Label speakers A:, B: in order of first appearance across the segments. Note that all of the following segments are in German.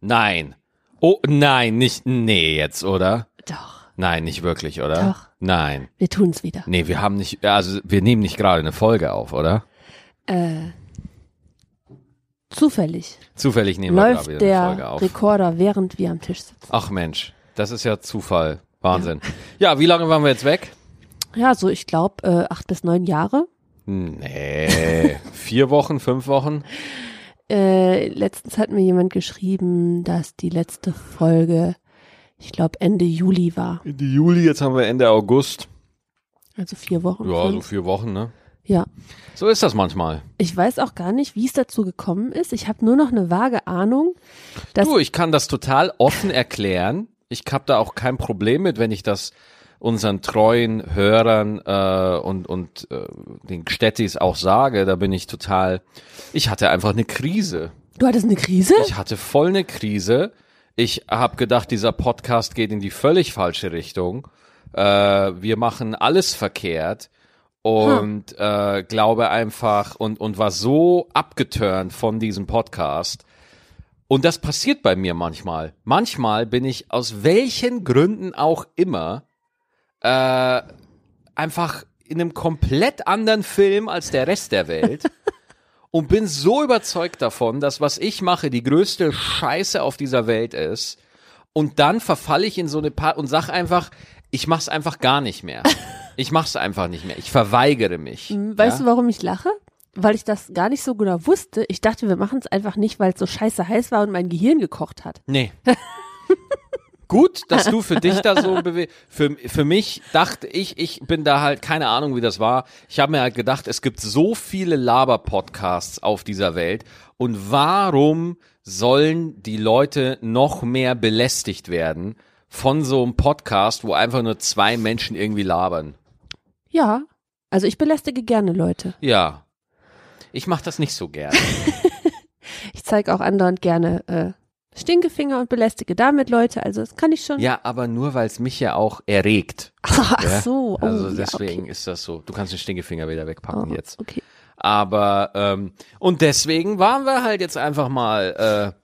A: Nein. Oh, nein, nicht, nee, jetzt, oder?
B: Doch,
A: Nein, nicht wirklich, oder?
B: Doch.
A: Nein.
B: wir tun's wieder.
A: Nee, wir haben nicht, also wir nehmen nicht gerade eine Folge auf, oder?
B: Äh, zufällig
A: Zufällig nehmen wir gerade
B: läuft
A: wieder eine Folge
B: der
A: auf.
B: Rekorder, während wir am Tisch sitzen.
A: Ach Mensch, das ist ja Zufall. Wahnsinn. Ja, wie lange waren wir jetzt weg?
B: Ja, so ich glaube äh, acht bis neun Jahre.
A: Nee. Vier Wochen, fünf Wochen?
B: Äh, letztens hat mir jemand geschrieben, dass die letzte Folge, ich glaube Ende Juli war.
A: Ende Juli, jetzt haben wir Ende August.
B: Also vier Wochen.
A: Ja, so
B: fünf.
A: vier Wochen, ne?
B: ja.
A: So ist das manchmal.
B: Ich weiß auch gar nicht, wie es dazu gekommen ist. Ich habe nur noch eine vage Ahnung, dass
A: Du, ich kann das total offen erklären. Ich habe da auch kein Problem mit, wenn ich das unseren treuen Hörern äh, und, und äh, den Städtis auch sage. Da bin ich total. Ich hatte einfach eine Krise.
B: du hattest eine Krise.
A: Ich hatte voll eine Krise. Ich habe gedacht, dieser Podcast geht in die völlig falsche Richtung. Äh, wir machen alles verkehrt und äh, glaube einfach und, und war so abgeturnt von diesem Podcast. Und das passiert bei mir manchmal. Manchmal bin ich aus welchen Gründen auch immer äh, einfach in einem komplett anderen Film als der Rest der Welt und bin so überzeugt davon, dass was ich mache die größte Scheiße auf dieser Welt ist. Und dann verfalle ich in so eine Part und sag einfach, ich mach's einfach gar nicht mehr. Ich mach's einfach nicht mehr. Ich verweigere mich.
B: Mhm, Weißt du, warum ich lache? Weil ich das gar nicht so genau wusste. Ich dachte, wir machen es einfach nicht, weil es so scheiße heiß war und mein Gehirn gekocht hat.
A: Nee. Gut, dass du für dich da so bewegst. Für, für mich dachte ich, ich bin da halt, keine Ahnung, wie das war. Ich habe mir halt gedacht, es gibt so viele Laber-Podcasts auf dieser Welt. Und warum sollen die Leute noch mehr belästigt werden von so einem Podcast, wo einfach nur zwei Menschen irgendwie labern?
B: Ja. Also ich belästige gerne Leute.
A: Ja. Ich mache das nicht so gerne.
B: Ich zeige auch andauernd gerne äh, Stinkefinger und belästige damit Leute. Also das kann ich schon.
A: Ja, aber nur, weil es mich ja auch erregt.
B: Ach,
A: Ja?
B: so. Oh,
A: Also
B: ja,
A: deswegen ist das so. Du kannst den Stinkefinger wieder wegpacken
B: okay. Oh,
A: jetzt.
B: Okay.
A: Aber ähm, und deswegen waren wir halt jetzt einfach mal,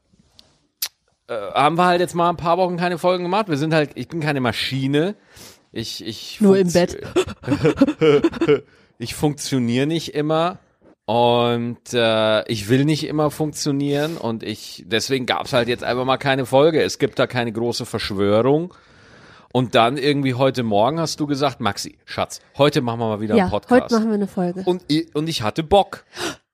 A: äh, äh, haben wir halt jetzt mal ein paar Wochen keine Folgen gemacht. Wir sind halt, ich bin keine Maschine. Ich, ich
B: Nur im
A: funktio-
B: Bett.
A: ich funktioniere nicht immer und äh, ich will nicht immer funktionieren und ich deswegen gab es halt jetzt einfach mal keine Folge. Es gibt da keine große Verschwörung. Und dann irgendwie heute Morgen hast du gesagt, Maxi, Schatz, heute machen wir mal wieder
B: Ja,
A: einen Podcast.
B: heute machen wir eine Folge. Und,
A: Und, i- und ich hatte Bock.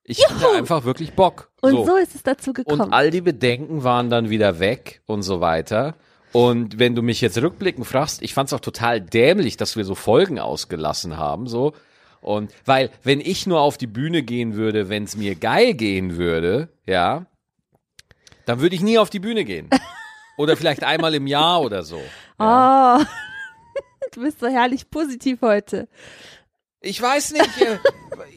A: Ich hatte einfach wirklich Bock.
B: so. ist es dazu gekommen.
A: und all die Bedenken waren dann wieder weg und so weiter. Und wenn du mich jetzt rückblickend fragst, ich fand's auch total dämlich, dass wir so Folgen ausgelassen haben, so. Und weil, wenn ich nur auf die Bühne gehen würde, wenn's mir geil gehen würde, ja, dann würde ich nie auf die Bühne gehen. Oder vielleicht einmal im Jahr oder so.
B: Oh. Du bist so herrlich positiv heute.
A: Ich weiß nicht, äh,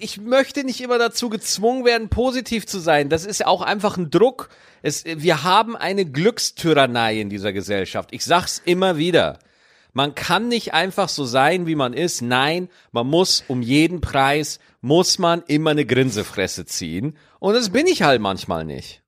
A: ich möchte nicht immer dazu gezwungen werden, positiv zu sein. Das ist auch einfach ein Druck. Es, äh, wir haben eine Glückstyrannei in dieser Gesellschaft. Ich sag's immer wieder. Man kann nicht einfach so sein, wie man ist. Nein, man muss um jeden Preis, muss man immer eine Grinsefresse ziehen. Und das bin ich halt manchmal nicht.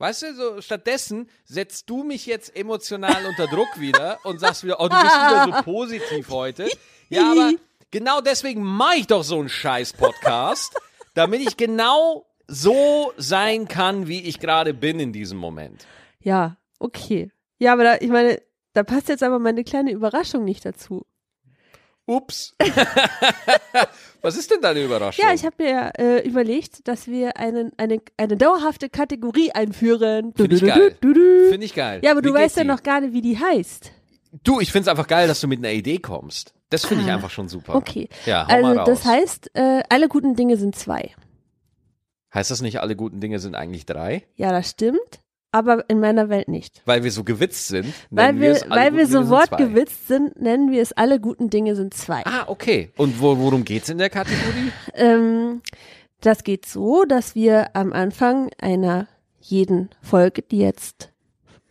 A: Weißt du, so stattdessen setzt du mich jetzt emotional unter Druck wieder und sagst wieder, oh, du bist wieder so positiv heute. Ja, aber genau deswegen mache ich doch so einen scheiß Podcast, damit ich genau so sein kann, wie ich gerade bin in diesem Moment.
B: Ja, okay. Ja, aber da, ich meine, da passt jetzt aber meine kleine Überraschung nicht dazu.
A: Ups. Was ist denn deine Überraschung?
B: Ja, ich habe mir äh, überlegt, dass wir einen, eine, eine dauerhafte Kategorie einführen. Du,
A: Find ich
B: du, du,
A: geil.
B: du, du.
A: Finde ich geil.
B: Ja, aber du
A: Wie geht
B: weißt ja
A: die?
B: noch gar nicht, wie die heißt.
A: Du, ich find's einfach geil, dass du mit einer Idee kommst. Das finde ich einfach schon super.
B: Ah, Okay.
A: Ja, hau
B: also
A: mal raus.
B: das heißt, äh, alle guten Dinge sind zwei.
A: heißt das nicht, alle guten Dinge sind eigentlich drei?
B: Ja, das stimmt, aber in meiner Welt nicht.
A: Weil wir so gewitzt sind.
B: Weil
A: nennen
B: wir,
A: es alle
B: weil
A: guten
B: wir
A: Dinge
B: so
A: sind zwei.
B: wortgewitzt sind, nennen wir es alle guten Dinge sind zwei.
A: Ah, okay. Und wo, worum geht's in der Kategorie?
B: Ähm, das geht so, dass wir am Anfang einer jeden Folge, die jetzt,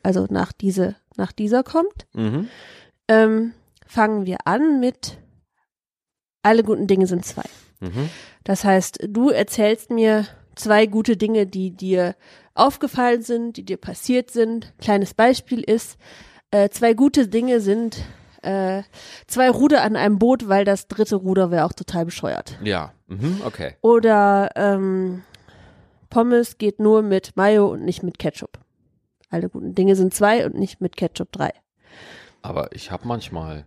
B: also nach, diese, nach dieser kommt,
A: mhm.
B: ähm, fangen wir an mit Alle guten Dinge sind zwei.
A: Mhm.
B: Das heißt, du erzählst mir zwei gute Dinge, die dir aufgefallen sind, die dir passiert sind. Kleines Beispiel ist, äh, zwei gute Dinge sind äh, zwei Ruder an einem Boot, weil das dritte Ruder wäre auch total bescheuert.
A: Ja, mhm, okay.
B: Oder ähm, Pommes geht nur mit Mayo und nicht mit Ketchup. Alle guten Dinge sind zwei und nicht mit Ketchup drei.
A: Aber ich habe manchmal.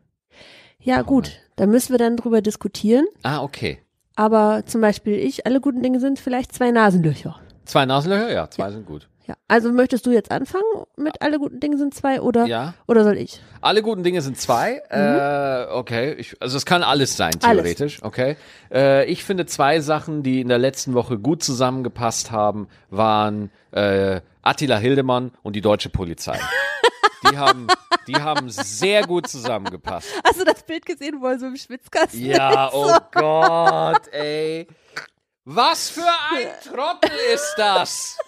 B: Ja, gut, da müssen wir dann drüber diskutieren.
A: Ah, okay.
B: Aber zum Beispiel ich, alle guten Dinge sind vielleicht zwei Nasenlöcher.
A: Zwei Nasenlöcher? Ja, zwei sind gut.
B: Ja. Also möchtest du jetzt anfangen mit alle guten Dinge sind zwei oder,
A: Ja.
B: oder soll ich?
A: Alle guten Dinge sind zwei. Äh, okay, ich, also es kann alles sein,
B: Alles.
A: theoretisch. Okay. Äh, ich finde zwei Sachen, die in der letzten Woche gut zusammengepasst haben, waren äh, Attila Hildemann und die deutsche Polizei. Die haben, die haben sehr gut zusammengepasst.
B: Hast du das Bild gesehen, wo er so im Schwitzkasten
A: Ja, oh Gott, ey. Was für ein Trottel ist das?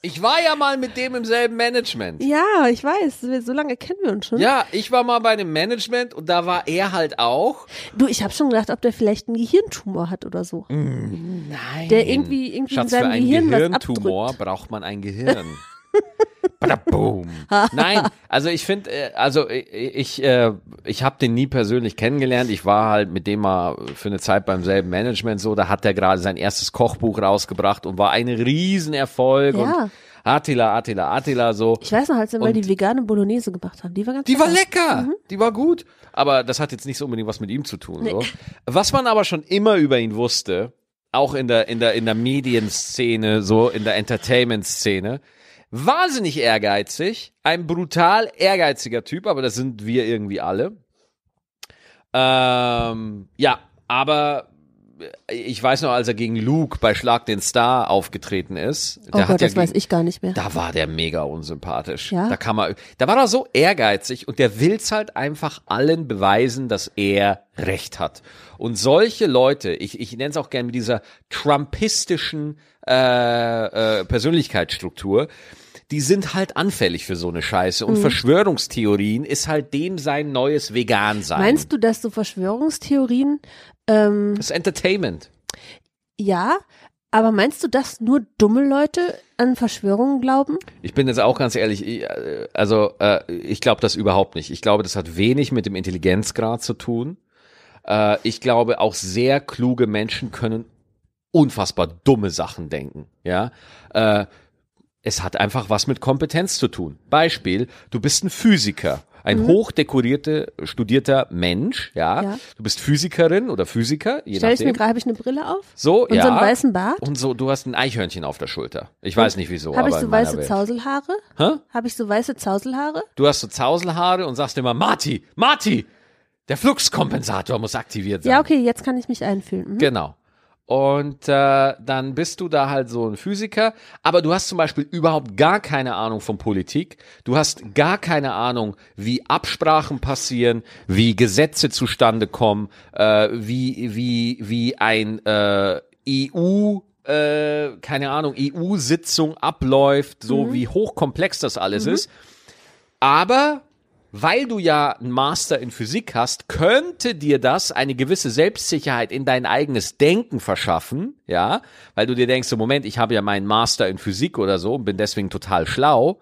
A: Ich war ja mal mit dem im selben Management.
B: Ja, ich weiß. wir- So lange kennen wir uns schon.
A: Ja, ich war mal bei dem Management und da war er halt auch.
B: Du, ich habe schon gedacht, ob der vielleicht einen Gehirntumor hat oder so.
A: Mhm. Nein.
B: Der irgendwie- irgendwie in
A: Schatz,
B: seinem
A: für einen
B: Gehirn was
A: Gehirntumor
B: abdrückt.
A: braucht man ein Gehirn. Boom. Nein, also ich finde, äh, also ich, ich, äh, ich habe den nie persönlich kennengelernt. Ich war halt mit dem mal für eine Zeit beim selben Management so. Da hat er gerade sein erstes Kochbuch rausgebracht und war ein Riesenerfolg.
B: Ja.
A: Und Attila, Attila, Attila so.
B: Ich weiß noch, als wir mal
A: Und-
B: die vegane Bolognese gemacht haben. Die war ganz
A: Die war
B: lecker. Mhm.
A: lecker, die war gut, aber das hat jetzt nicht so unbedingt was mit ihm zu tun. So. Was man aber schon immer über ihn wusste, auch in der in der in der Medienszene, so in der Entertainment-Szene, wahnsinnig ehrgeizig, ein brutal ehrgeiziger Typ, aber das sind wir irgendwie alle. Ähm, ja, aber ich weiß noch, als er gegen Luke bei Schlag den Star aufgetreten ist,
B: Oh
A: der
B: Gott,
A: hat ja
B: das weiß
A: gegen-
B: ich gar nicht mehr.
A: da war der mega unsympathisch.
B: Ja?
A: Da kann man, da war er so ehrgeizig und der will's halt einfach allen beweisen, dass er Recht hat. Und solche Leute, ich, ich nenne es auch gerne mit dieser trumpistischen äh, äh, Persönlichkeitsstruktur, die sind halt anfällig für so eine Scheiße.
B: Mhm.
A: Und Verschwörungstheorien ist halt dem sein neues Vegan-Sein.
B: Meinst du, dass so Verschwörungstheorien, ähm,
A: Das ist Entertainment.
B: ja, aber meinst du, dass nur dumme Leute an Verschwörungen glauben?
A: Ich bin jetzt auch ganz ehrlich, ich, äh, also äh, ich glaube das überhaupt nicht. Ich glaube, das hat wenig mit dem Intelligenzgrad zu tun. Äh, ich glaube, auch sehr kluge Menschen können unfassbar dumme Sachen denken. Ja, äh, es hat einfach was mit Kompetenz zu tun. Beispiel: Du bist ein Physiker. Ein hochdekorierter, studierter Mensch, ja.
B: Mhm. Ja.
A: Du bist Physikerin oder Physiker, je
B: Stell ich
A: nachdem.
B: mir gerade, habe ich eine Brille auf?
A: so,
B: Und
A: ja.
B: so einen weißen Bart?
A: Und so, du hast ein Eichhörnchen auf der Schulter. Ich weiß nicht wieso,
B: Habe
A: aber
B: ich so
A: in meiner
B: weiße
A: Welt.
B: Zauselhaare?
A: Hä?
B: Habe ich so weiße Zauselhaare?
A: Du hast so Zauselhaare und sagst immer, Marti, Marti, der Fluxkompensator muss aktiviert sein.
B: Ja, okay, jetzt kann ich mich einfühlen. Mhm.
A: Genau. Und äh, dann bist du da halt so ein Physiker, aber du hast zum Beispiel überhaupt gar keine Ahnung von Politik. Du hast gar keine Ahnung, wie Absprachen passieren, wie Gesetze zustande kommen, äh, wie, wie, wie ein äh, EU, äh, keine Ahnung, EU-Sitzung abläuft,
B: Mhm.
A: so wie hochkomplex das alles ist. Aber weil du ja einen Master in Physik hast, könnte dir das eine gewisse Selbstsicherheit in dein eigenes Denken verschaffen, ja, weil du dir denkst, so Moment, ich habe ja meinen Master in Physik oder so und bin deswegen total schlau.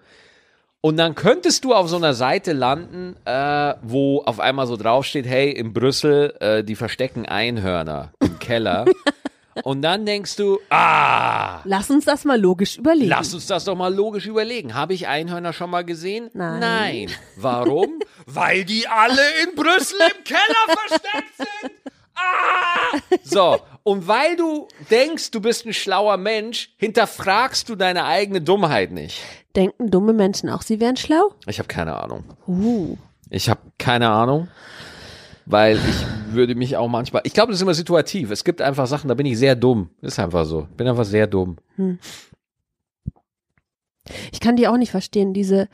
A: Und dann könntest du auf so einer Seite landen, äh, wo auf einmal so draufsteht, hey, in Brüssel, äh, die verstecken Einhörner im Keller. und dann denkst du, ah,
B: Lass uns das mal logisch überlegen.
A: Lass uns das doch mal logisch überlegen. Habe ich Einhörner schon mal gesehen?
B: Nein.
A: Nein. Warum? Weil die alle in Brüssel im Keller versteckt sind. Ah! So, und weil du denkst, du bist ein schlauer Mensch, hinterfragst du deine eigene Dummheit nicht.
B: Denken dumme Menschen auch, sie wären schlau?
A: Ich habe keine Ahnung.
B: Uh.
A: Ich habe keine Ahnung, weil ich würde mich auch manchmal. Ich glaube, das ist immer situativ. Es gibt einfach Sachen, da bin ich sehr dumm. Ist einfach so. Bin einfach sehr dumm.
B: Ich kann die auch nicht verstehen, diese,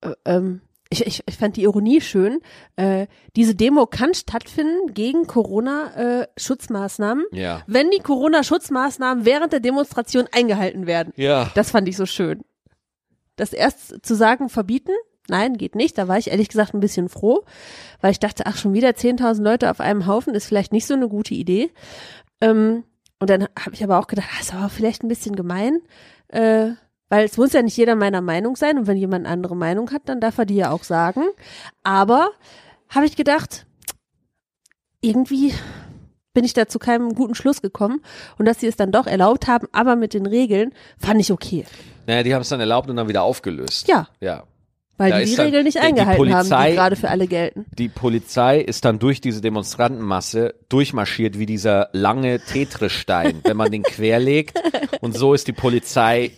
B: äh, ähm, ich, ich, ich fand die Ironie schön. Äh, diese Demo kann stattfinden gegen Corona-Schutzmaßnahmen,
A: Ja.
B: wenn die Corona-Schutzmaßnahmen während der Demonstration eingehalten werden.
A: Ja.
B: Das fand ich so schön. Das erst zu sagen, verbieten, nein, geht nicht. Da war ich ehrlich gesagt ein bisschen froh, weil ich dachte, ach, schon wieder 10.000 Leute auf einem Haufen ist vielleicht nicht so eine gute Idee. Ähm, Und dann habe ich aber auch gedacht, das ist aber vielleicht ein bisschen gemein, äh, weil es muss ja nicht jeder meiner Meinung sein und wenn jemand eine andere Meinung hat, dann darf er die ja auch sagen. Aber habe ich gedacht, irgendwie bin ich da zu keinem guten Schluss gekommen und dass sie es dann doch erlaubt haben, aber mit den Regeln fand ich okay.
A: Naja, die haben es dann erlaubt und dann wieder aufgelöst.
B: Ja,
A: Ja.
B: weil
A: Da
B: die die
A: ist dann-
B: Regeln nicht
A: die- die
B: eingehalten haben,
A: Polizei-
B: die gerade für alle gelten.
A: Die Polizei ist dann durch diese Demonstrantenmasse durchmarschiert wie dieser lange Tetrisstein, wenn man den querlegt. Und so ist die Polizei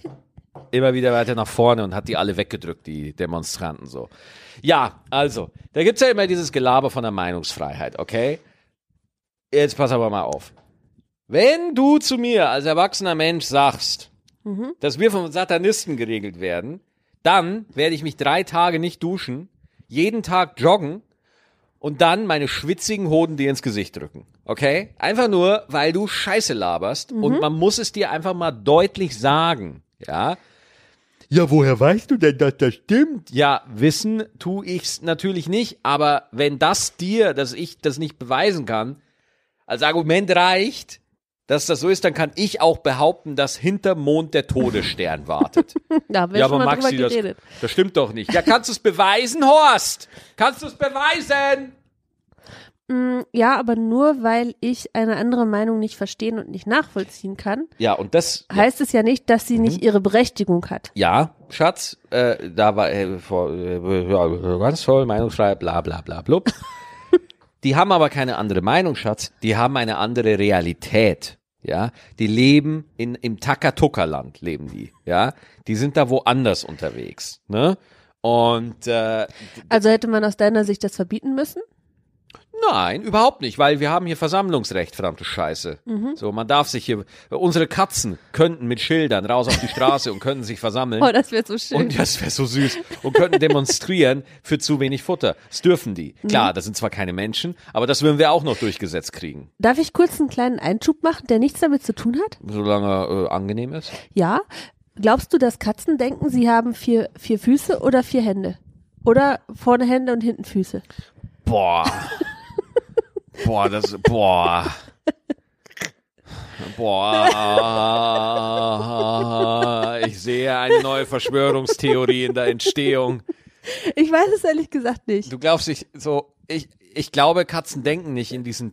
A: immer wieder weiter nach vorne und hat die alle weggedrückt, die Demonstranten so. Ja, also, da gibt's ja immer dieses Gelaber von der Meinungsfreiheit, okay? Jetzt pass aber mal auf. Wenn du zu mir als erwachsener Mensch sagst, dass wir von Satanisten geregelt werden, dann werde ich mich drei Tage nicht duschen, jeden Tag joggen und dann meine schwitzigen Hoden dir ins Gesicht drücken. Okay? Einfach nur, weil du Scheiße laberst
B: Mhm.
A: und man muss es dir einfach mal deutlich sagen. Ja?
C: Ja, woher weißt du denn, dass das stimmt?
A: Ja, wissen tu ich's natürlich nicht, aber wenn das dir, dass ich das nicht beweisen kann, als Argument reicht, dass das so ist, dann kann ich auch behaupten, dass hinter Mond der Todesstern wartet.
B: Da haben wir
A: ja,
B: schon
A: aber
B: mal
A: Maxi,
B: drüber
A: das,
B: geredet.
A: das stimmt doch nicht. Ja, kannst du es beweisen, Horst? Kannst du es beweisen?
B: Ja, aber nur weil ich eine andere Meinung nicht verstehen und nicht nachvollziehen kann,
A: Ja, Mhm. und das
B: heißt es ja nicht, dass sie nicht ihre Berechtigung hat.
A: Ja, Schatz, äh, da war äh, vor, äh, ja, ganz toll, Meinungsfreiheit, bla bla bla blub. die haben aber keine andere Meinung, Schatz, die haben eine andere Realität. Ja, die leben in, im Takatuka-Land, leben die. Ja, die sind da woanders unterwegs. Ne? Und äh,
B: Also hätte man aus deiner Sicht das verbieten müssen?
A: Nein, überhaupt nicht, weil wir haben hier Versammlungsrecht, verdammte Scheiße. So, man darf sich hier, unsere Katzen könnten mit Schildern raus auf die Straße und könnten sich versammeln.
B: Oh, das wäre so schön.
A: Und das wäre so süß. Und könnten demonstrieren für zu wenig Futter. Das dürfen die. Klar, das sind zwar keine Menschen, aber das würden wir auch noch durchgesetzt kriegen.
B: Darf ich kurz einen kleinen Einschub machen, der nichts damit zu tun hat?
A: Solange er, äh, angenehm ist.
B: Ja. Glaubst du, dass Katzen denken, sie haben vier, vier Füße oder vier Hände? Oder vorne Hände und hinten Füße?
A: Boah. boah, das, boah. Boah. Ich sehe eine neue Verschwörungstheorie in der Entstehung.
B: Ich weiß es ehrlich gesagt nicht.
A: Du glaubst, ich, so, ich, ich glaube, Katzen denken nicht in diesen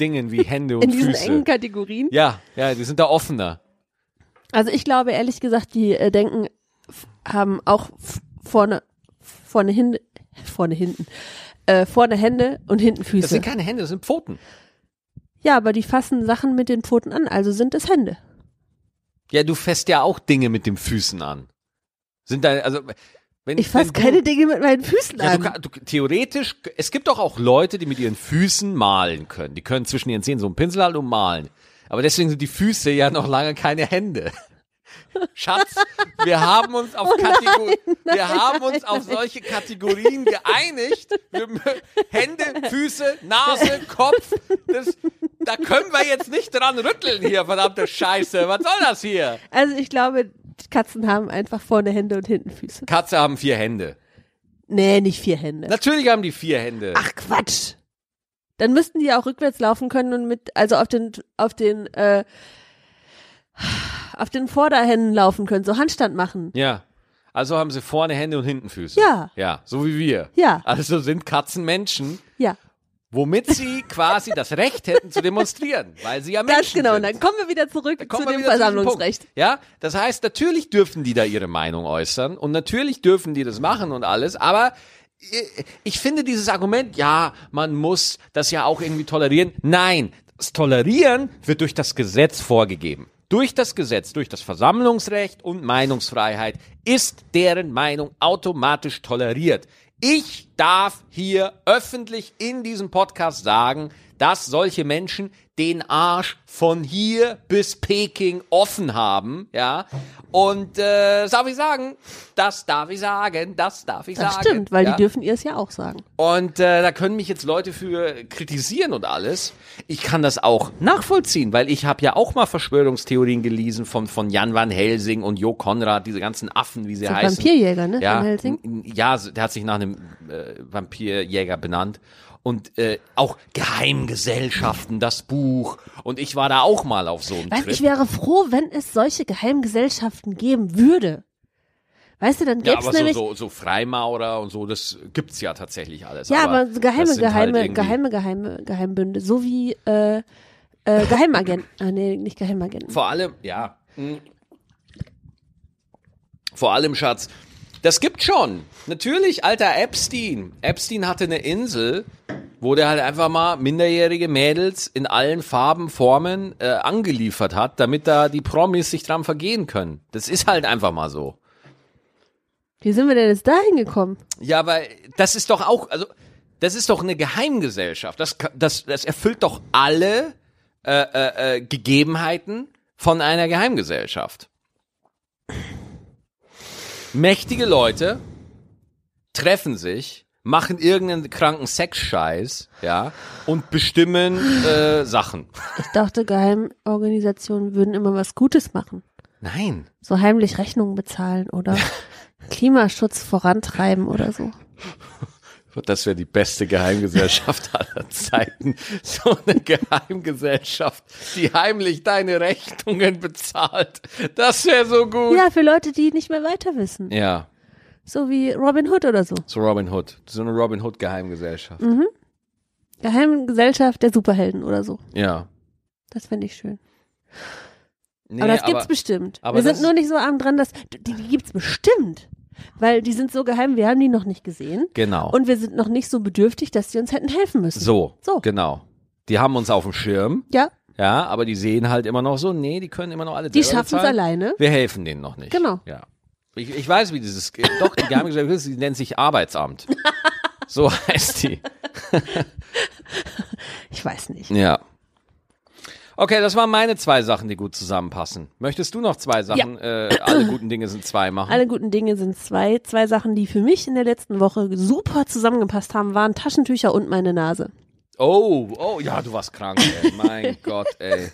A: Dingen wie Hände und
B: In diesen
A: Füße.
B: engen Kategorien.
A: Ja, ja, die sind da offener.
B: Also ich glaube ehrlich gesagt, die äh, denken, f- haben auch f- vorne, vorne hin, vorne hinten, äh, vorne Hände und hinten
A: Das
B: Füße.
A: sind keine Hände, das sind Pfoten.
B: Ja, aber die fassen Sachen mit den Pfoten an, also sind es Hände.
A: Ja, du fässt ja auch Dinge mit den Füßen an. Sind da, also, wenn
B: Ich fasse
A: wenn du-
B: keine Dinge mit meinen Füßen
A: Ja, du,
B: an.
A: ka- du, theoretisch, es gibt doch auch Leute, die mit ihren Füßen malen können. Die können zwischen ihren Zehen so einen Pinsel halten und malen. Aber deswegen sind die Füße ja noch lange keine Hände. Schatz, wir haben uns auf, Kategor wir haben uns auf solche Kategorien geeinigt. Wir, mö- Hände, Füße, Nase, Kopf. Das, da können wir jetzt nicht dran rütteln hier, verdammte Scheiße. Was soll das hier?
B: Also ich glaube, die Katzen haben einfach vorne Hände und hinten Füße.
A: Katze haben vier Hände.
B: Nee, nicht vier Hände.
A: Natürlich haben die vier Hände.
B: Ach Quatsch. Dann müssten die ja auch rückwärts laufen können und mit, also auf den, auf den, äh, auf den Vorderhänden laufen können, so Handstand machen.
A: Ja. Also haben sie vorne Hände und hinten Füße.
B: Ja.
A: Ja, so wie wir.
B: Ja.
A: Also sind Katzen Menschen,
B: Ja,
A: womit sie quasi das Recht hätten zu demonstrieren, weil sie ja Menschen
B: ganz genau. Und
A: sind.
B: dann kommen wir wieder zurück
A: Da kommen
B: zu
A: wir
B: dem
A: wieder diesem
B: Versammlungsrecht.
A: Punkt. Ja, das heißt, natürlich dürfen die da ihre Meinung äußern und natürlich dürfen die das machen und alles, aber i- ich finde dieses Argument, ja, man muss das ja auch irgendwie tolerieren. Nein, das Tolerieren wird durch das Gesetz vorgegeben. Durch das Gesetz, durch das Versammlungsrecht und Meinungsfreiheit ist deren Meinung automatisch toleriert. Ich darf hier öffentlich in diesem Podcast sagen, dass solche Menschen den Arsch von hier bis Peking offen haben, ja. Und äh, das darf ich sagen, das darf ich sagen, das darf ich
B: Das
A: sagen.
B: stimmt, weil
A: ja?
B: die dürfen ihr es ja auch sagen.
A: Und äh, da können mich jetzt Leute für kritisieren und alles. Ich kann das auch nachvollziehen, weil ich habe ja auch mal Verschwörungstheorien gelesen von, von Jan van Helsing und Jo Konrad, diese ganzen Affen, wie sie
B: Der
A: heißen.
B: Vampirjäger, ne?
A: Ja,
B: Van Helsing.
A: n- n- ja, so- der hat sich nach einem äh, Vampirjäger benannt. und äh, auch Geheimgesellschaften, das Buch. Und ich war da auch mal auf so einem
B: Weißt,
A: Trip.
B: ich wäre froh, wenn es solche Geheimgesellschaften geben würde. Weißt du, dann
A: ja,
B: gäbe es
A: aber so,
B: nämlich.
A: so, so Freimaurer und so, das gibt's ja tatsächlich alles.
B: ja,
A: aber,
B: aber, so geheime,
A: das sind
B: geheime,
A: halt irgendwie-
B: geheime, geheime, Geheimbünde. So wie äh, äh, Geheimagenten. ah, nee, nicht Geheimagenten.
A: Vor allem, ja. mm. Vor allem, Schatz. Das gibt schon. Natürlich, alter Epstein. Epstein hatte eine Insel, wo der halt einfach mal minderjährige Mädels in allen Farben, Formen äh, angeliefert hat, damit da die Promis sich dran vergehen können. Das ist halt einfach mal so.
B: Wie sind wir denn jetzt dahin gekommen?
A: Ja, aber das ist doch auch, also das ist doch eine Geheimgesellschaft. Das, ka- das, das erfüllt doch alle äh, äh, äh, Gegebenheiten von einer Geheimgesellschaft. Mächtige Leute treffen sich, machen irgendeinen kranken Sexscheiß, ja, und bestimmen äh, Sachen.
B: Ich dachte, Geheimorganisationen würden immer was Gutes machen.
A: Nein.
B: So heimlich Rechnungen bezahlen oder Klimaschutz vorantreiben oder so.
A: Das wäre die beste Geheimgesellschaft aller Zeiten. So eine Geheimgesellschaft, die heimlich deine Rechnungen bezahlt. Das wäre so gut.
B: Ja, für Leute, die nicht mehr weiter wissen.
A: Ja,
B: So wie Robin Hood oder so.
A: so Robin Hood. So eine Robin Hood Geheimgesellschaft.
B: Mhm. Geheimgesellschaft der Superhelden oder so.
A: Ja.
B: Das fände ich schön.
A: Nee,
B: aber das gibt's bestimmt.
A: aber
B: wir
A: das-
B: sind nur nicht so arm dran, dass die, die gibt's bestimmt, weil die sind so geheim, wir haben die noch nicht gesehen
A: Genau.
B: und wir sind noch nicht so bedürftig, dass die uns hätten helfen müssen.
A: so,
B: So.
A: genau. Die haben uns auf dem Schirm,
B: Ja,
A: ja, aber die sehen halt immer noch so, nee, die können immer noch alle
B: die
A: selber
B: schaffen's
A: bezahlen.
B: alleine.
A: Wir helfen denen noch nicht.
B: Genau.
A: Ja. Ich, ich weiß, wie dieses, doch, die Geheimgesellschaft, ist, die nennt sich Arbeitsamt. So heißt die.
B: Ich weiß nicht.
A: Ja. Okay, das waren meine zwei Sachen, die gut zusammenpassen. Möchtest du noch zwei Sachen, äh, alle guten Dinge sind zwei machen?
B: Alle guten Dinge sind zwei. Zwei Sachen, die für mich in der letzten Woche super zusammengepasst haben, waren Taschentücher und meine Nase.
A: oh, oh, ja, du warst krank, ey. Mein Gott, ey.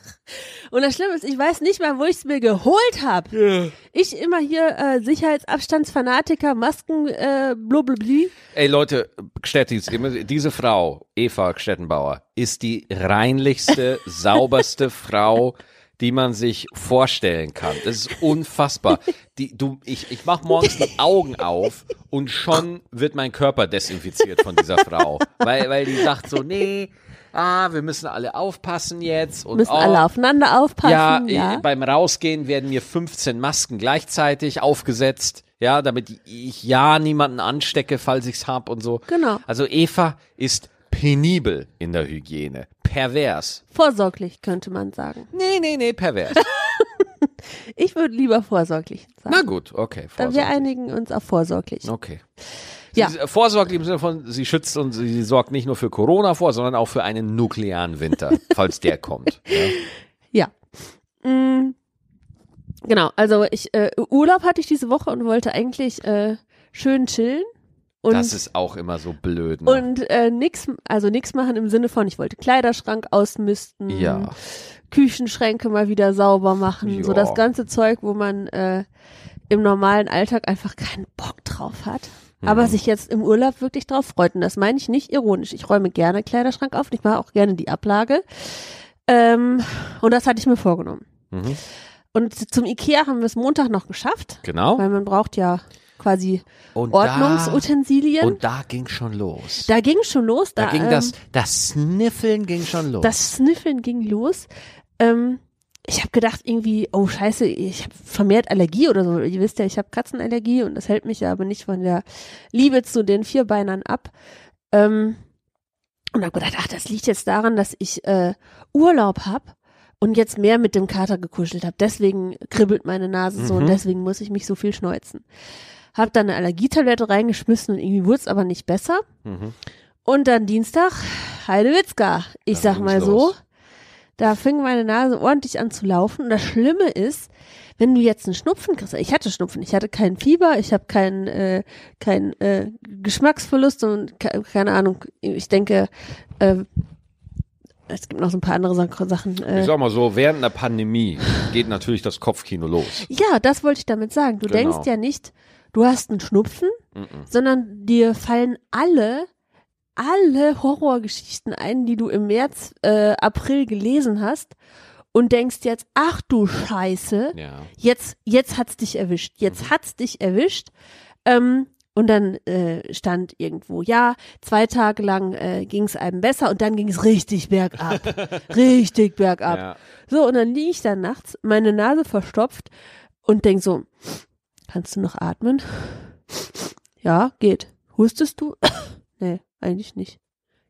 B: Und das Schlimme ist, ich weiß nicht mal, wo ich es mir geholt habe. Ich immer hier äh, Sicherheitsabstandsfanatiker, Masken, äh, blablabli.
A: Ey, Leute, Gstettis, ihr müsst- diese Frau, Eva Gstettenbauer, ist die reinlichste, sauberste Frau, die man sich vorstellen kann. Das ist unfassbar. Die, du, ich, ich mach morgens die Augen auf und schon wird mein Körper desinfiziert von dieser Frau. Weil, weil die sagt so, nee, ah, wir müssen alle aufpassen jetzt. Und
B: Müssen
A: oh,
B: alle aufeinander
A: ja,
B: aufpassen. Ja,
A: äh, beim Rausgehen werden mir 15 Masken gleichzeitig aufgesetzt, ja, damit ich ja niemanden anstecke, falls ich's hab und so.
B: Genau.
A: Also Eva ist penibel in der Hygiene. Pervers.
B: Vorsorglich könnte man sagen.
A: Nee, nee, nee, pervers.
B: Ich würde lieber vorsorglich sagen.
A: Na gut, okay.
B: Dann wir
A: vorsorglich.
B: einigen uns auf vorsorglich.
A: Okay. Sie
B: Ja.
A: ist, äh, Vorsorglich im Sinne von, sie schützt und sie sie sorgt nicht nur für Corona vor, sondern auch für einen nuklearen Winter, falls der kommt. Ja?
B: Ja. Mm, genau, also ich äh, Urlaub hatte ich diese Woche und wollte eigentlich äh, schön chillen und
A: Das ist auch immer so blöd. Ne?
B: und äh, nix, also nix machen im Sinne von, ich wollte Kleiderschrank ausmisten,
A: ja.
B: Küchenschränke mal wieder sauber machen, so
A: Ja.
B: das ganze Zeug, wo man äh, im normalen Alltag einfach keinen Bock drauf hat. Aber
A: Mhm.
B: sich jetzt im Urlaub wirklich drauf freut. Und das meine ich nicht ironisch. Ich räume gerne Kleiderschrank auf und ich mache auch gerne die Ablage. Ähm, und das hatte ich mir vorgenommen.
A: Mhm.
B: Und zum Ikea haben wir es Montag noch geschafft,
A: Genau.
B: weil man braucht ja quasi
A: Und da,
B: Ordnungsutensilien.
A: Und da ging schon los.
B: da ging schon los. Da,
A: Da, ging
B: ähm,
A: das, das Sniffeln ging schon los.
B: Das Sniffeln ging los. Ähm, ich habe gedacht irgendwie, oh scheiße, ich habe vermehrt Allergie oder so. Ihr wisst ja, ich habe Katzenallergie und das hält mich ja aber nicht von der Liebe zu den Vierbeinern ab. Ähm, und habe gedacht, ach, das liegt jetzt daran, dass ich äh, Urlaub habe und jetzt mehr mit dem Kater gekuschelt habe. Deswegen kribbelt meine Nase so
A: Mhm.
B: und deswegen muss ich mich so viel schneuzen. Hab dann eine Allergietablette reingeschmissen und irgendwie wurde es aber nicht besser.
A: mhm.
B: Und dann Dienstag, Heidewitzka. Ich
A: Dann
B: sag
A: ging's
B: mal so,
A: los.
B: da fing meine Nase ordentlich an zu laufen. Und das Schlimme ist, wenn du jetzt einen Schnupfen kriegst, ich hatte Schnupfen, ich hatte kein Fieber, ich habe keinen äh, kein, äh, Geschmacksverlust und ke keine Ahnung, ich denke, äh, es gibt noch so ein paar andere Sa- Sachen.
A: Ich
B: Äh,
A: sag mal so, während einer Pandemie geht natürlich das Kopfkino los.
B: ja, das wollte ich damit sagen. Du
A: Genau.
B: denkst ja nicht, du hast einen Schnupfen,
A: Mhm.
B: sondern dir fallen alle alle Horrorgeschichten ein, die du im März, äh, April gelesen hast und denkst jetzt, ach du Scheiße,
A: Ja.
B: jetzt, jetzt hat's dich erwischt, jetzt hat's dich erwischt. Ähm, und dann äh, stand irgendwo, ja, zwei Tage lang äh, ging's einem besser und dann ging's richtig bergab. richtig bergab.
A: Ja.
B: So, und dann liege ich da nachts, meine Nase verstopft und denk so, kannst du noch atmen? Ja, geht. Hustest du? nee, eigentlich nicht.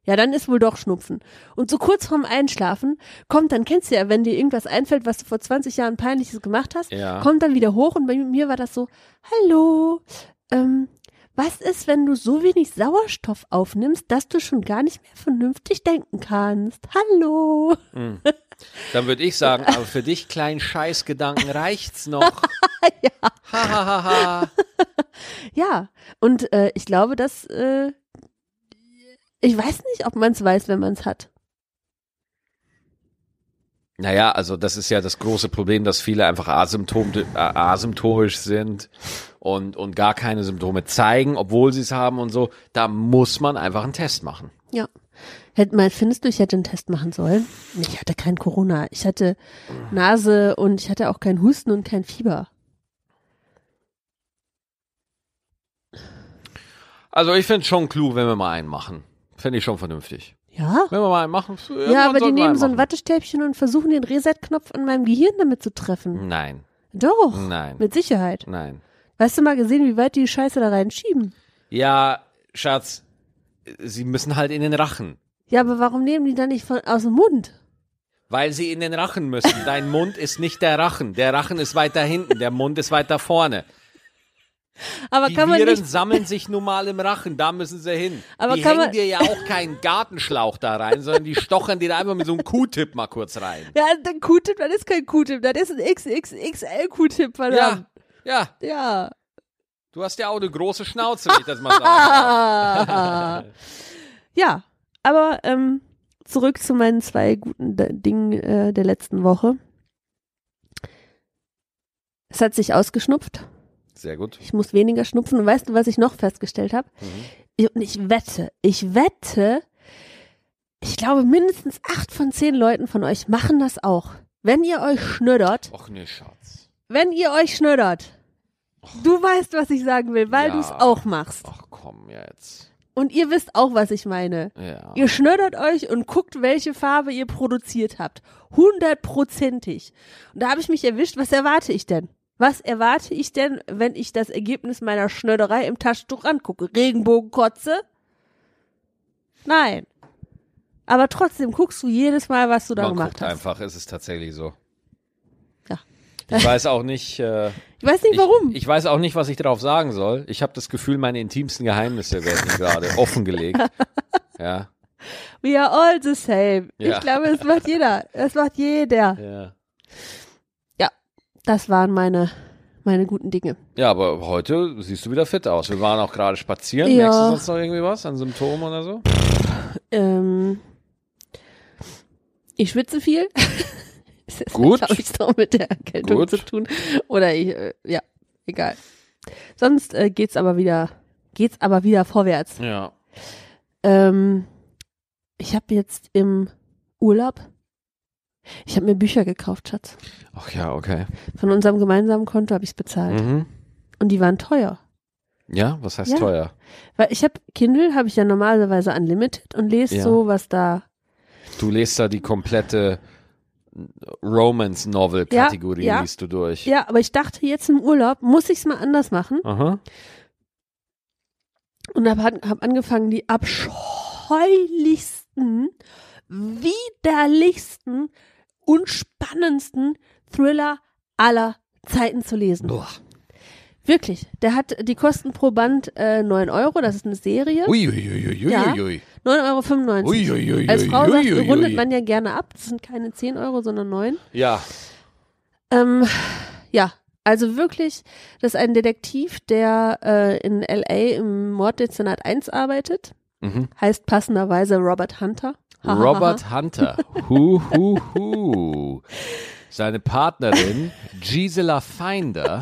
B: Ja, dann ist wohl doch Schnupfen. Und so kurz vorm Einschlafen kommt, dann kennst du ja, wenn dir irgendwas einfällt, was du vor 20 Jahren peinliches gemacht hast,
A: Ja.
B: kommt dann wieder hoch und bei mir war das so, hallo, ähm, was ist, wenn du so wenig Sauerstoff aufnimmst, dass du schon gar nicht mehr vernünftig denken kannst? Hallo.
A: Mhm. Dann würde ich sagen, aber für dich kleinen Scheißgedanken reicht's noch. ja. Ha, ha, ha, ha.
B: Ja, und äh, ich glaube, dass äh, ich weiß nicht, ob man es weiß, wenn man es hat.
A: Naja, also das ist ja das große Problem, dass viele einfach asymptom äh, asymptomisch sind und, und gar keine Symptome zeigen, obwohl sie es haben und so. Da muss man einfach einen Test machen.
B: Ja. Hätt, mal, findest du, ich hätte einen Test machen sollen? Ich hatte kein Corona. Ich hatte Nase und ich hatte auch keinen Husten und kein Fieber.
A: Also ich finde schon klug, wenn wir mal einen machen. Finde ich schon vernünftig.
B: Ja?
A: Wenn wir mal einen machen.
B: Ja, aber die nehmen so ein Wattestäbchen und versuchen den Reset-Knopf in meinem Gehirn damit zu treffen.
A: Nein,
B: Doch.
A: Hm. Nein.
B: Mit Sicherheit.
A: nein.
B: Weißt du mal gesehen, wie weit die Scheiße da reinschieben?
A: Ja, Schatz, sie müssen halt in den Rachen.
B: Ja, aber warum nehmen die dann nicht von, aus dem Mund?
A: Weil sie in den Rachen müssen. Dein Mund ist nicht der Rachen. Der Rachen ist weiter hinten, der Mund ist weiter vorne.
B: Aber
A: Die
B: kann man
A: Viren
B: nicht
A: sammeln sich nun mal im Rachen, da müssen sie hin.
B: Aber
A: die
B: kann
A: hängen
B: man-
A: dir ja auch keinen Gartenschlauch da rein, sondern die stochern dir da einfach mit so einem Q-Tip mal kurz rein.
B: Ja, ein Q-Tip, das ist kein Q-Tip, das ist ein XXXL-Q-Tip,
A: Ja,
B: verdammt.
A: ja.
B: Ja.
A: Du hast ja auch eine große Schnauze, wenn ich das mal sage.
B: Ah. ja, aber ähm, zurück zu meinen zwei guten D Dingen äh, der letzten Woche. Es hat sich ausgeschnupft.
A: Sehr gut. Mhm.
B: Ich muss weniger schnupfen. Und weißt du, was ich noch festgestellt habe? Ich- Und ich wette, ich wette, ich glaube, mindestens acht von zehn Leuten von euch machen das auch. Wenn ihr euch schnödert,
A: Och nee, Schatz.
B: wenn ihr euch schnödert, du weißt, was ich sagen will, weil
A: Ja.
B: du es auch machst.
A: Ach komm jetzt.
B: Und ihr wisst auch, was ich meine.
A: Ja.
B: Ihr schnödert euch und guckt, welche Farbe ihr produziert habt. Hundertprozentig. Und da habe ich mich erwischt, was erwarte ich denn? Was erwarte ich denn, wenn ich das Ergebnis meiner Schnöderei im Taschentuch angucke? Regenbogenkotze? Nein. Aber trotzdem guckst du jedes Mal, was du da
A: Man
B: gemacht
A: guckt
B: hast.
A: einfach, es ist tatsächlich so.
B: Ja.
A: Ich weiß auch nicht. Äh,
B: Ich weiß nicht warum.
A: Ich, ich weiß auch nicht, was ich darauf sagen soll. Ich habe das Gefühl, meine intimsten Geheimnisse werden gerade offengelegt. Ja.
B: We are all the same.
A: Ja.
B: Ich glaube, das macht jeder. Das macht jeder.
A: ja.
B: Das waren meine, meine guten Dinge.
A: Ja, aber heute siehst du wieder fit aus. Wir waren auch gerade spazieren.
B: Ja.
A: Merkst du sonst noch irgendwie was an Symptomen oder so?
B: Ähm, ich schwitze viel. Das hat,
A: Gut.
B: glaub ich, so mit der Erkältung
A: Gut.
B: zu tun. Oder ich, äh, ja, egal. Sonst äh, geht's aber wieder, geht's aber wieder vorwärts.
A: Ja.
B: Ähm, ich habe jetzt im Urlaub, ich habe mir Bücher gekauft, Schatz.
A: Ach ja, okay.
B: Von unserem gemeinsamen Konto habe ich's bezahlt.
A: Mhm.
B: Und die waren teuer.
A: Ja, was heißt
B: Halt. Ja.
A: teuer?
B: Weil ich habe Kindle, habe ich ja normalerweise unlimited und lese
A: Ja.
B: so, was da.
A: Du lest da die komplette Romance-Novel-Kategorie,
B: Ja, ja.
A: liest du durch.
B: Ja, aber ich dachte, jetzt im Urlaub muss ich's mal anders machen
A: Aha.
B: und habe hab angefangen, die abscheulichsten, widerlichsten und spannendsten Thriller aller Zeiten zu lesen. Wirklich, der hat die Kosten pro Band äh, 9 Euro, das ist eine Serie. Ja.
A: Uiuiuiuiuiui.
B: 9,95 Euro. Als Frau sagt, rundet man ja gerne ab, das sind keine 10 Euro, sondern 9.
A: Ja.
B: Ähm, ja, also wirklich, das ist ein Detektiv, der äh, in LA im Morddezernat 1 arbeitet.
A: Mhm.
B: Heißt passenderweise Robert Hunter. Ha, ha, ha, ha.
A: Robert Hunter. Hu, hu, hu. Seine Partnerin Gisela Feinder.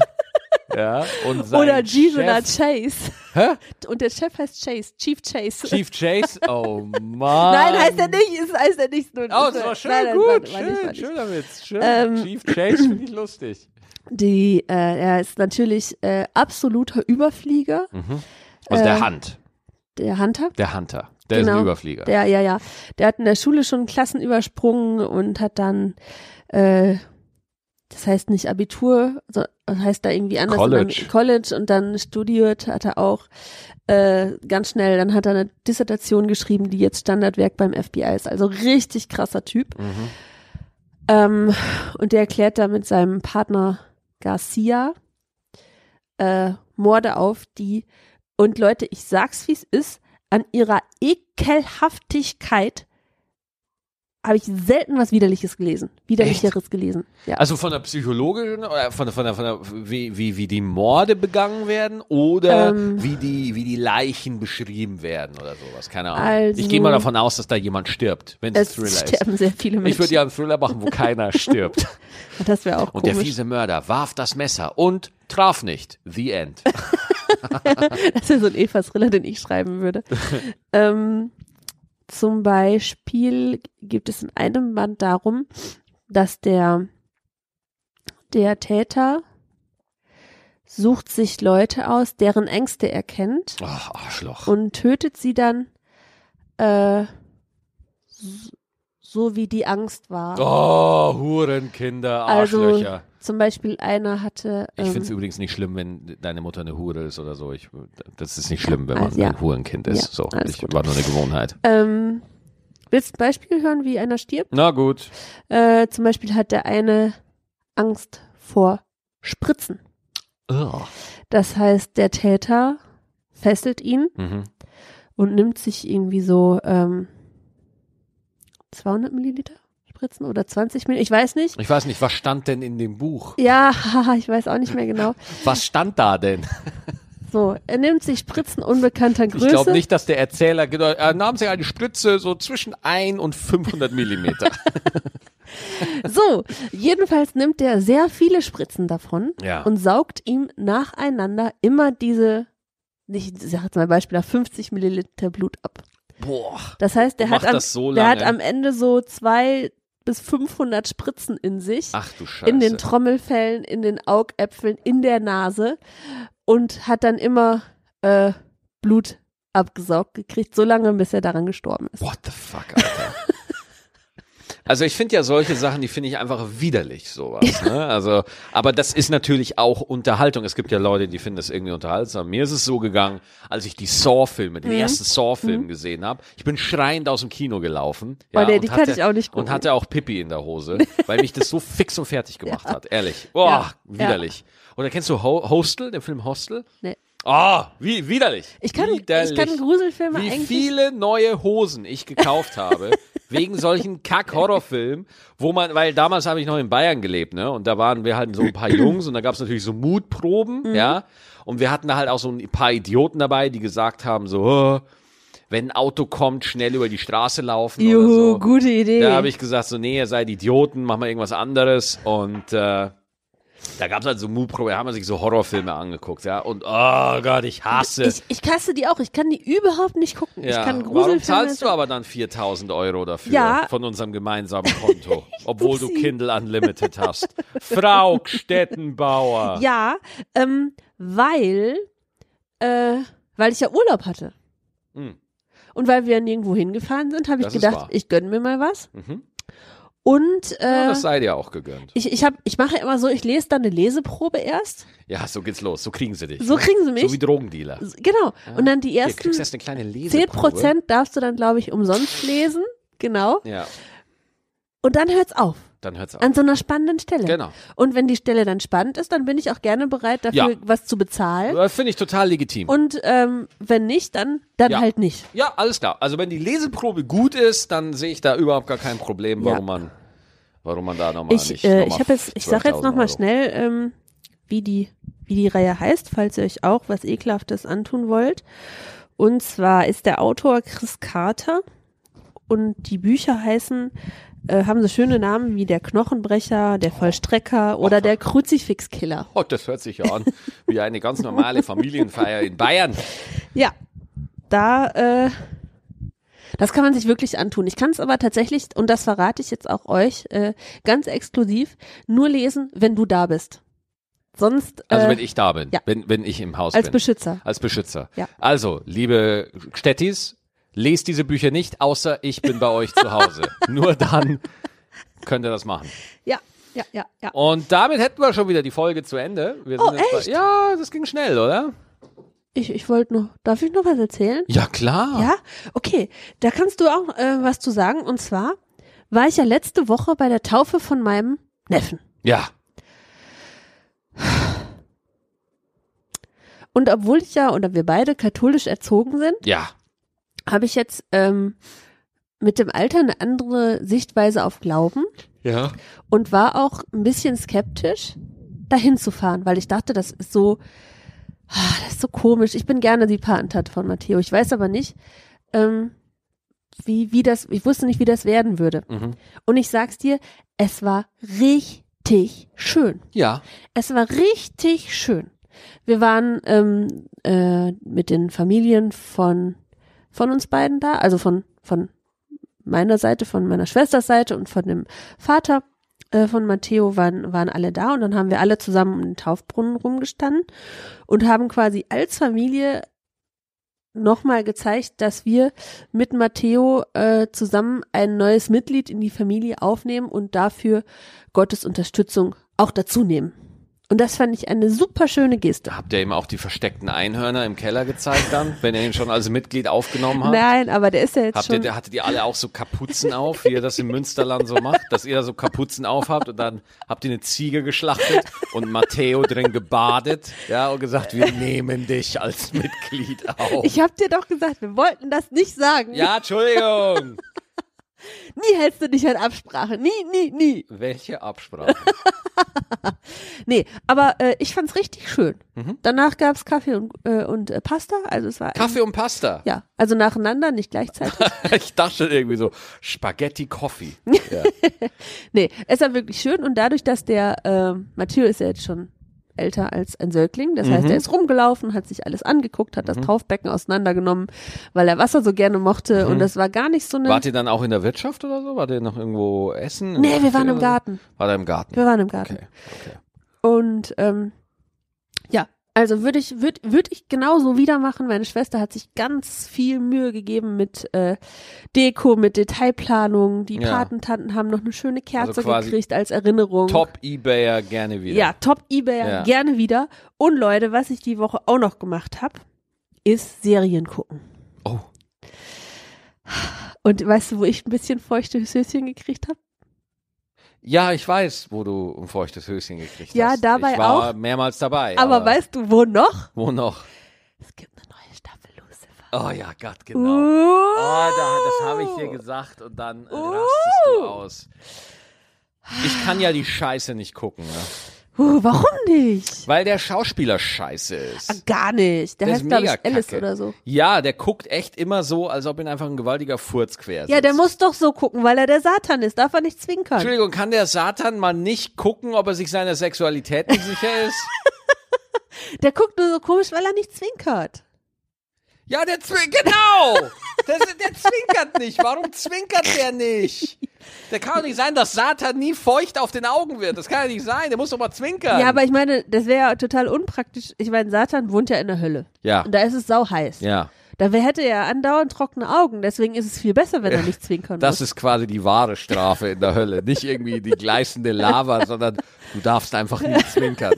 A: Ja, und sein
B: Oder Gisela
A: Chef,
B: Chase. Und der Chef heißt Chase, Chief Chase.
A: Chief Chase? Oh Mann.
B: Nein, heißt er nicht, ist, heißt er nicht. Nur,
A: Oh, das war schön,
B: nein, nein,
A: gut,
B: war- war
A: schön,
B: nicht, war nicht.
A: schöner Witz, schön.
B: Ähm,
A: Chief Chase finde ich lustig.
B: Die, äh, er ist natürlich äh, absoluter Überflieger,
A: Also
B: Äh,
A: der Hand,
B: der Hunter.
A: der Hunter, der ist
B: genau.
A: ein Überflieger.
B: Der, ja, ja. Der hat in der Schule schon Klassen übersprungen und hat dann, äh, das heißt nicht Abitur, so- das heißt da irgendwie anders.
A: College.
B: Und dann, College und dann studiert hat er auch äh, ganz schnell. Dann hat er eine Dissertation geschrieben, die jetzt Standardwerk beim FBI ist. Also richtig krasser Typ.
A: mhm.
B: Ähm, und der erklärt da mit seinem Partner Garcia äh, Morde auf, die, und Leute, ich sag's wie's ist, an ihrer Ekelhaftigkeit habe ich selten was Widerliches gelesen. Widerlicheres gelesen. Ja.
A: Also von der psychologischen, oder von der, von der, von der wie, wie, wie die Morde begangen werden oder
B: Ähm.
A: wie, die, wie die Leichen beschrieben werden oder sowas. Keine Ahnung.
B: Also-
A: ich gehe mal davon aus, dass da jemand stirbt, wenn es ein Thriller
B: es sterben sehr viele
A: ist. Ich
B: Menschen.
A: würde ja einen Thriller machen, wo keiner stirbt.
B: das wäre auch
A: Und der
B: komisch.
A: fiese Mörder warf das Messer und traf nicht. The End.
B: Das wäre so ein Eva-Thriller, den ich schreiben würde. ähm, zum Beispiel gibt es in einem Band darum, dass der, der Täter sucht sich Leute aus, deren Ängste er kennt
A: Ach, Oh, Arschloch.
B: und tötet sie dann äh, so, so, wie die Angst war.
A: Oh, Hurenkinder,
B: also
A: Arschlöcher.
B: zum Beispiel einer hatte
A: ich finde es
B: ähm,
A: übrigens nicht schlimm, wenn deine Mutter eine Hure ist oder so. Ich, das ist nicht schlimm, wenn man
B: Also, ja.
A: ein Hurenkind ist.
B: Ja,
A: so,
B: alles
A: ich,
B: gut.
A: war nur eine Gewohnheit.
B: ähm, willst du ein Beispiel hören, wie einer stirbt?
A: Na gut.
B: Äh, zum Beispiel hat der eine Angst vor Spritzen.
A: Ugh.
B: Das heißt, der Täter fesselt ihn
A: Mhm.
B: und nimmt sich irgendwie so ähm, 200 Milliliter Spritzen oder 20 Milliliter, ich weiß nicht.
A: Ich weiß nicht, was stand denn in dem Buch?
B: Ja, haha, ich weiß auch nicht mehr genau.
A: Was stand da denn?
B: So, er nimmt sich Spritzen unbekannter Größe.
A: Ich glaube nicht, dass der Erzähler genau, er nahm sich eine Spritze so zwischen 1 und 500 Millimeter.
B: So, jedenfalls nimmt er sehr viele Spritzen davon
A: Ja.
B: und saugt ihm nacheinander immer diese, ich sag jetzt mal beispielhaft 50 Milliliter Blut ab.
A: Boah.
B: Das heißt, der
A: Macht
B: hat, am,
A: das so
B: der hat
A: lange?
B: am Ende so zwei bis 500 Spritzen in sich,
A: Ach du Scheiße.
B: in den Trommelfellen, in den Augäpfeln, in der Nase und hat dann immer äh, Blut abgesaugt gekriegt, so lange, bis er daran gestorben ist.
A: What the fuck, Alter. Also ich finde ja solche Sachen, die finde ich einfach widerlich, sowas. Ne? Also, aber das ist natürlich auch Unterhaltung. Es gibt ja Leute, die finden das irgendwie unterhaltsam. Mir ist es so gegangen, als ich die Saw-Filme,
B: Mhm.
A: den ersten Saw-Film gesehen habe. Ich bin schreiend aus dem Kino gelaufen. Ja,
B: Oh, nee,
A: und
B: die kann
A: hatte,
B: ich auch nicht gucken.
A: Und hatte auch Pippi in der Hose, weil mich das so fix und fertig gemacht hat. Ehrlich. Boah,
B: Ja.
A: widerlich. Oder kennst du Ho Hostel, den Film Hostel?
B: Nee.
A: Ah, wie, widerlich.
B: Ich kann, ich
A: widerlich
B: kann Gruselfilme
A: wie
B: eigentlich.
A: viele neue Hosen ich gekauft habe wegen solchen Kack-Horrorfilmen, wo man, weil damals habe ich noch in Bayern gelebt, ne? Und da waren wir halt so ein paar Jungs und da gab es natürlich so
B: Mhm.
A: Mutproben, ja. Und wir hatten da halt auch so ein paar Idioten dabei, die gesagt haben so, "Oh, wenn ein Auto kommt, schnell über die Straße laufen oder
B: Juhu,
A: so.
B: gute Idee.
A: Da habe ich gesagt, so, nee, ihr seid Idioten, mach mal irgendwas anderes. Und äh, da gab es halt so Mutproben, da haben wir sich so Horrorfilme angeguckt, ja. Und oh Gott, ich hasse.
B: ich, ich kasse die auch, ich kann die überhaupt nicht gucken.
A: Ja,
B: ich kann
A: warum
B: Gruselfilme.
A: zahlst du aber dann 4000 Euro dafür
B: Ja.
A: von unserem gemeinsamen Konto, obwohl du
B: Upsi.
A: Kindle Unlimited hast? Frau Stettenbauer.
B: Ja, ähm, weil, äh, weil ich ja Urlaub hatte.
A: Hm.
B: Und weil wir nirgendwo hingefahren sind, habe ich
A: Das ist wahr.
B: gedacht, ich gönne mir mal was.
A: Mhm.
B: Und äh,
A: Ja, das sei dir auch gegönnt.
B: ich, ich, hab, ich mache immer so, ich lese dann eine Leseprobe erst.
A: Ja, so geht's los. So kriegen sie dich.
B: So kriegen sie mich.
A: So wie Drogendealer.
B: S- Genau. Und dann die
A: Hier
B: ersten
A: kriegst du erst eine kleine Leseprobe.
B: 10 Prozent darfst du dann, glaube ich, umsonst lesen. Genau.
A: Ja,
B: Und dann hört's auf.
A: dann hört's auf.
B: An so einer spannenden Stelle.
A: Genau.
B: Und wenn die Stelle dann spannend ist, dann bin ich auch gerne bereit, dafür
A: Ja.
B: was zu bezahlen.
A: Das Genau. Äh, Finde ich total legitim.
B: Und ähm, wenn nicht, dann, dann
A: Ja.
B: halt nicht.
A: ja, alles klar. Also wenn die Leseprobe gut ist, dann sehe ich da überhaupt gar kein Problem,
B: Ja.
A: warum man, warum man da nochmal
B: Ich,
A: nicht.
B: äh,
A: noch
B: ich
A: mal
B: habe jetzt, ich sag jetzt
A: 12.000
B: nochmal
A: Euro.
B: schnell, ähm, wie die, wie die Reihe heißt, falls ihr euch auch was Ekelhaftes antun wollt. Und zwar ist der Autor Chris Carter und die Bücher heißen äh, haben so schöne Namen wie der Knochenbrecher, der Vollstrecker oder der Kruzifixkiller.
A: Oh, das hört sich ja an wie eine ganz normale Familienfeier in Bayern.
B: Ja, da, äh, das kann man sich wirklich antun. Ich kann es aber tatsächlich, und das verrate ich jetzt auch euch, äh, ganz exklusiv, nur lesen, wenn du da bist. Sonst äh,
A: Also wenn ich da bin,
B: ja.
A: wenn, wenn ich im Haus
B: als
A: bin.
B: Beschützer.
A: als Beschützer.
B: Ja.
A: Also, liebe Stettis, lest diese Bücher nicht, außer ich bin bei euch zu Hause. Nur dann könnt ihr das machen.
B: Ja, ja, ja, ja.
A: Und damit hätten wir schon wieder die Folge zu Ende. Wir sind
B: Oh,
A: jetzt bei-
B: echt?
A: ja, das ging schnell, oder?
B: Ich, ich wollte noch, darf ich noch was erzählen?
A: Ja, klar.
B: Ja, okay. Da kannst du auch äh, was zu sagen. Und zwar war ich ja letzte Woche bei der Taufe von meinem Neffen.
A: Ja.
B: Und obwohl ich ja oder wir beide katholisch erzogen sind,
A: Ja.
B: habe ich jetzt ähm, mit dem Alter eine andere Sichtweise auf Glauben
A: Ja.
B: und war auch ein bisschen skeptisch, dahin zu fahren, weil ich dachte, das ist so, ah, das ist so komisch. Ich bin gerne die Patentat von Matteo. Ich weiß aber nicht, ähm, wie, wie das, ich wusste nicht, wie das werden würde.
A: Mhm.
B: Und ich sag's dir, es war richtig schön.
A: Ja.
B: Es war richtig schön. Wir waren ähm, äh, mit den Familien von, von uns beiden da, also von, von meiner Seite, von meiner Schwesters Seite und von dem Vater äh, von Matteo waren, waren alle da und dann haben wir alle zusammen um den Taufbrunnen rumgestanden und haben quasi als Familie nochmal gezeigt, dass wir mit Matteo äh, zusammen ein neues Mitglied in die Familie aufnehmen und dafür Gottes Unterstützung auch dazu nehmen. Und das fand ich eine super schöne Geste.
A: Habt ihr ihm auch die versteckten Einhörner im Keller gezeigt dann, wenn ihr ihn schon als Mitglied aufgenommen habt?
B: Nein, aber der ist ja jetzt
A: Habt ihr,
B: schon.
A: der- hattet ihr alle auch so Kapuzen auf, wie ihr das im Münsterland so macht, dass ihr da so Kapuzen auf habt und dann habt ihr eine Ziege geschlachtet und Matteo drin gebadet, ja, und gesagt, wir nehmen dich als Mitglied auf.
B: Ich hab dir doch gesagt, wir wollten das nicht sagen.
A: ja, Entschuldigung.
B: Nie hältst du dich an Absprache. Nie, nie, nie.
A: Welche Absprache?
B: Nee, aber äh, ich fand's richtig schön.
A: Mhm.
B: Danach gab's Kaffee und, äh, und äh, Pasta. Also es war
A: Kaffee und Pasta.
B: ja, also nacheinander, nicht gleichzeitig.
A: Ich dachte irgendwie so, Spaghetti Coffee. Ja.
B: nee, es war wirklich schön und dadurch, dass der äh, Mathieu ist ja jetzt schon älter als ein Söugling, das
A: Mhm.
B: heißt, er ist rumgelaufen, hat sich alles angeguckt, hat das Taufbecken auseinandergenommen, weil er Wasser so gerne mochte und das war gar nicht so eine
A: Mhm. Wart ihr dann auch in der Wirtschaft oder so? Wart ihr noch irgendwo essen? Im
B: Nee, wir
A: Café
B: waren im
A: oder so?
B: Garten.
A: War da im Garten?
B: Wir waren im Garten.
A: Okay, okay.
B: Und ähm, ja, also würde ich, würd, würd ich genauso wieder machen. Meine Schwester hat sich ganz viel Mühe gegeben mit äh, Deko, mit Detailplanung. Die
A: Ja.
B: Patentanten haben noch eine schöne Kerze
A: Also quasi
B: gekriegt als Erinnerung.
A: Top Ebayer gerne wieder.
B: Ja, top eBay,
A: Ja.
B: gerne wieder. Und Leute, was ich die Woche auch noch gemacht habe, ist Serien gucken.
A: Oh.
B: Und weißt du, wo ich ein bisschen feuchte Höschen gekriegt habe?
A: Ja, ich weiß, wo du ein feuchtes Höschen gekriegt
B: Ja,
A: hast.
B: dabei
A: ich war
B: auch.
A: mehrmals dabei.
B: Aber weißt du, wo noch?
A: Wo noch?
B: Es gibt eine neue Staffel Lucifer.
A: Oh ja, Gott, genau. Oh,
B: Uh.
A: da, das habe ich dir gesagt und dann äh, rastest du aus. Ich kann ja die Scheiße nicht gucken, ne?
B: Uh, warum nicht?
A: weil der Schauspieler scheiße
B: Ah,
A: ist.
B: Gar nicht. Der,
A: Der
B: heißt,
A: ist
B: glaube ich,
A: mega
B: Alice
A: kacke.
B: oder so.
A: Ja, der guckt echt immer so, als ob ihn einfach ein gewaltiger Furz quer sitzt.
B: Ja, der muss doch so gucken, weil er der Satan ist. Darf er nicht zwinkern.
A: Entschuldigung, kann der Satan mal nicht gucken, ob er sich seiner Sexualität nicht sicher ist?
B: Der guckt nur so komisch, weil er nicht zwinkert.
A: Ja, der zwinkert, genau! Der, der zwinkert nicht. Warum zwinkert der nicht? Der kann doch nicht sein, dass Satan nie feucht auf den Augen wird. Das kann ja nicht sein. Der muss doch mal zwinkern.
B: Ja, aber ich meine, das wäre ja total unpraktisch. Ich meine, Satan wohnt ja in der Hölle.
A: Ja.
B: Und da ist es sau heiß.
A: ja,
B: Da wär- hätte er andauernd trockene Augen. Deswegen ist es viel besser, wenn er nicht zwinkern
A: das
B: muss.
A: ist quasi die wahre Strafe in der Hölle. Nicht irgendwie die gleißende Lava, sondern du darfst einfach nie zwinkern.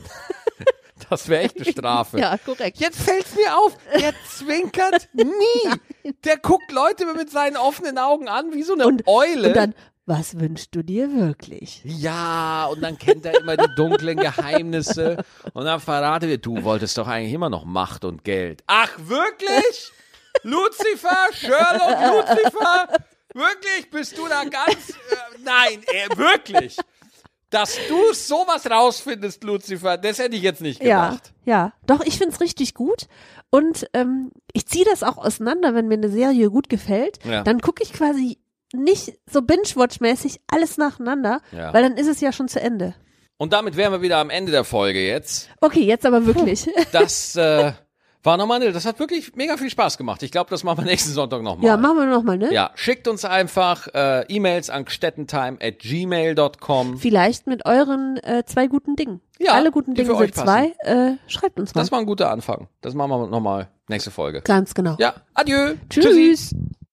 A: Das wäre echt eine Strafe.
B: Ja, korrekt.
A: Jetzt fällt's mir auf, der zwinkert nie. Der guckt Leute mit seinen offenen Augen an wie so eine
B: Und-
A: Eule.
B: Und dann, was wünschst du dir wirklich?
A: Ja, und dann kennt er immer die dunklen Geheimnisse. Und dann verrate wir, du wolltest doch eigentlich immer noch Macht und Geld. Ach, wirklich? Lucifer, Sherlock Lucifer? Wirklich? Bist du da ganz. Äh, nein, äh, wirklich. Dass du sowas rausfindest, Lucifer, das hätte ich jetzt nicht
B: Ja,
A: gedacht.
B: ja. Doch, ich find's richtig gut. Und ähm, ich ziehe das auch auseinander, wenn mir eine Serie gut gefällt.
A: Ja.
B: Dann gucke ich quasi nicht so Binge-Watch-mäßig alles nacheinander,
A: Ja.
B: weil dann ist es ja schon zu Ende.
A: Und damit wären wir wieder am Ende der Folge jetzt.
B: Okay, jetzt aber wirklich.
A: Das äh, war nochmal, eine- das hat wirklich mega viel Spaß gemacht. Ich glaube, das machen wir nächsten Sonntag nochmal.
B: ja, machen wir nochmal, ne?
A: Ja, schickt uns einfach äh, E-Mails an gstettentime at gmail.com.
B: Vielleicht mit euren äh, zwei guten Dingen.
A: Ja,
B: Alle guten
A: die
B: Dinge
A: für euch
B: sind zwei. Äh, schreibt uns mal.
A: Das war ein guter Anfang. Das machen wir nochmal. Nächste Folge.
B: Ganz genau.
A: Ja, adieu.
B: Tschüss.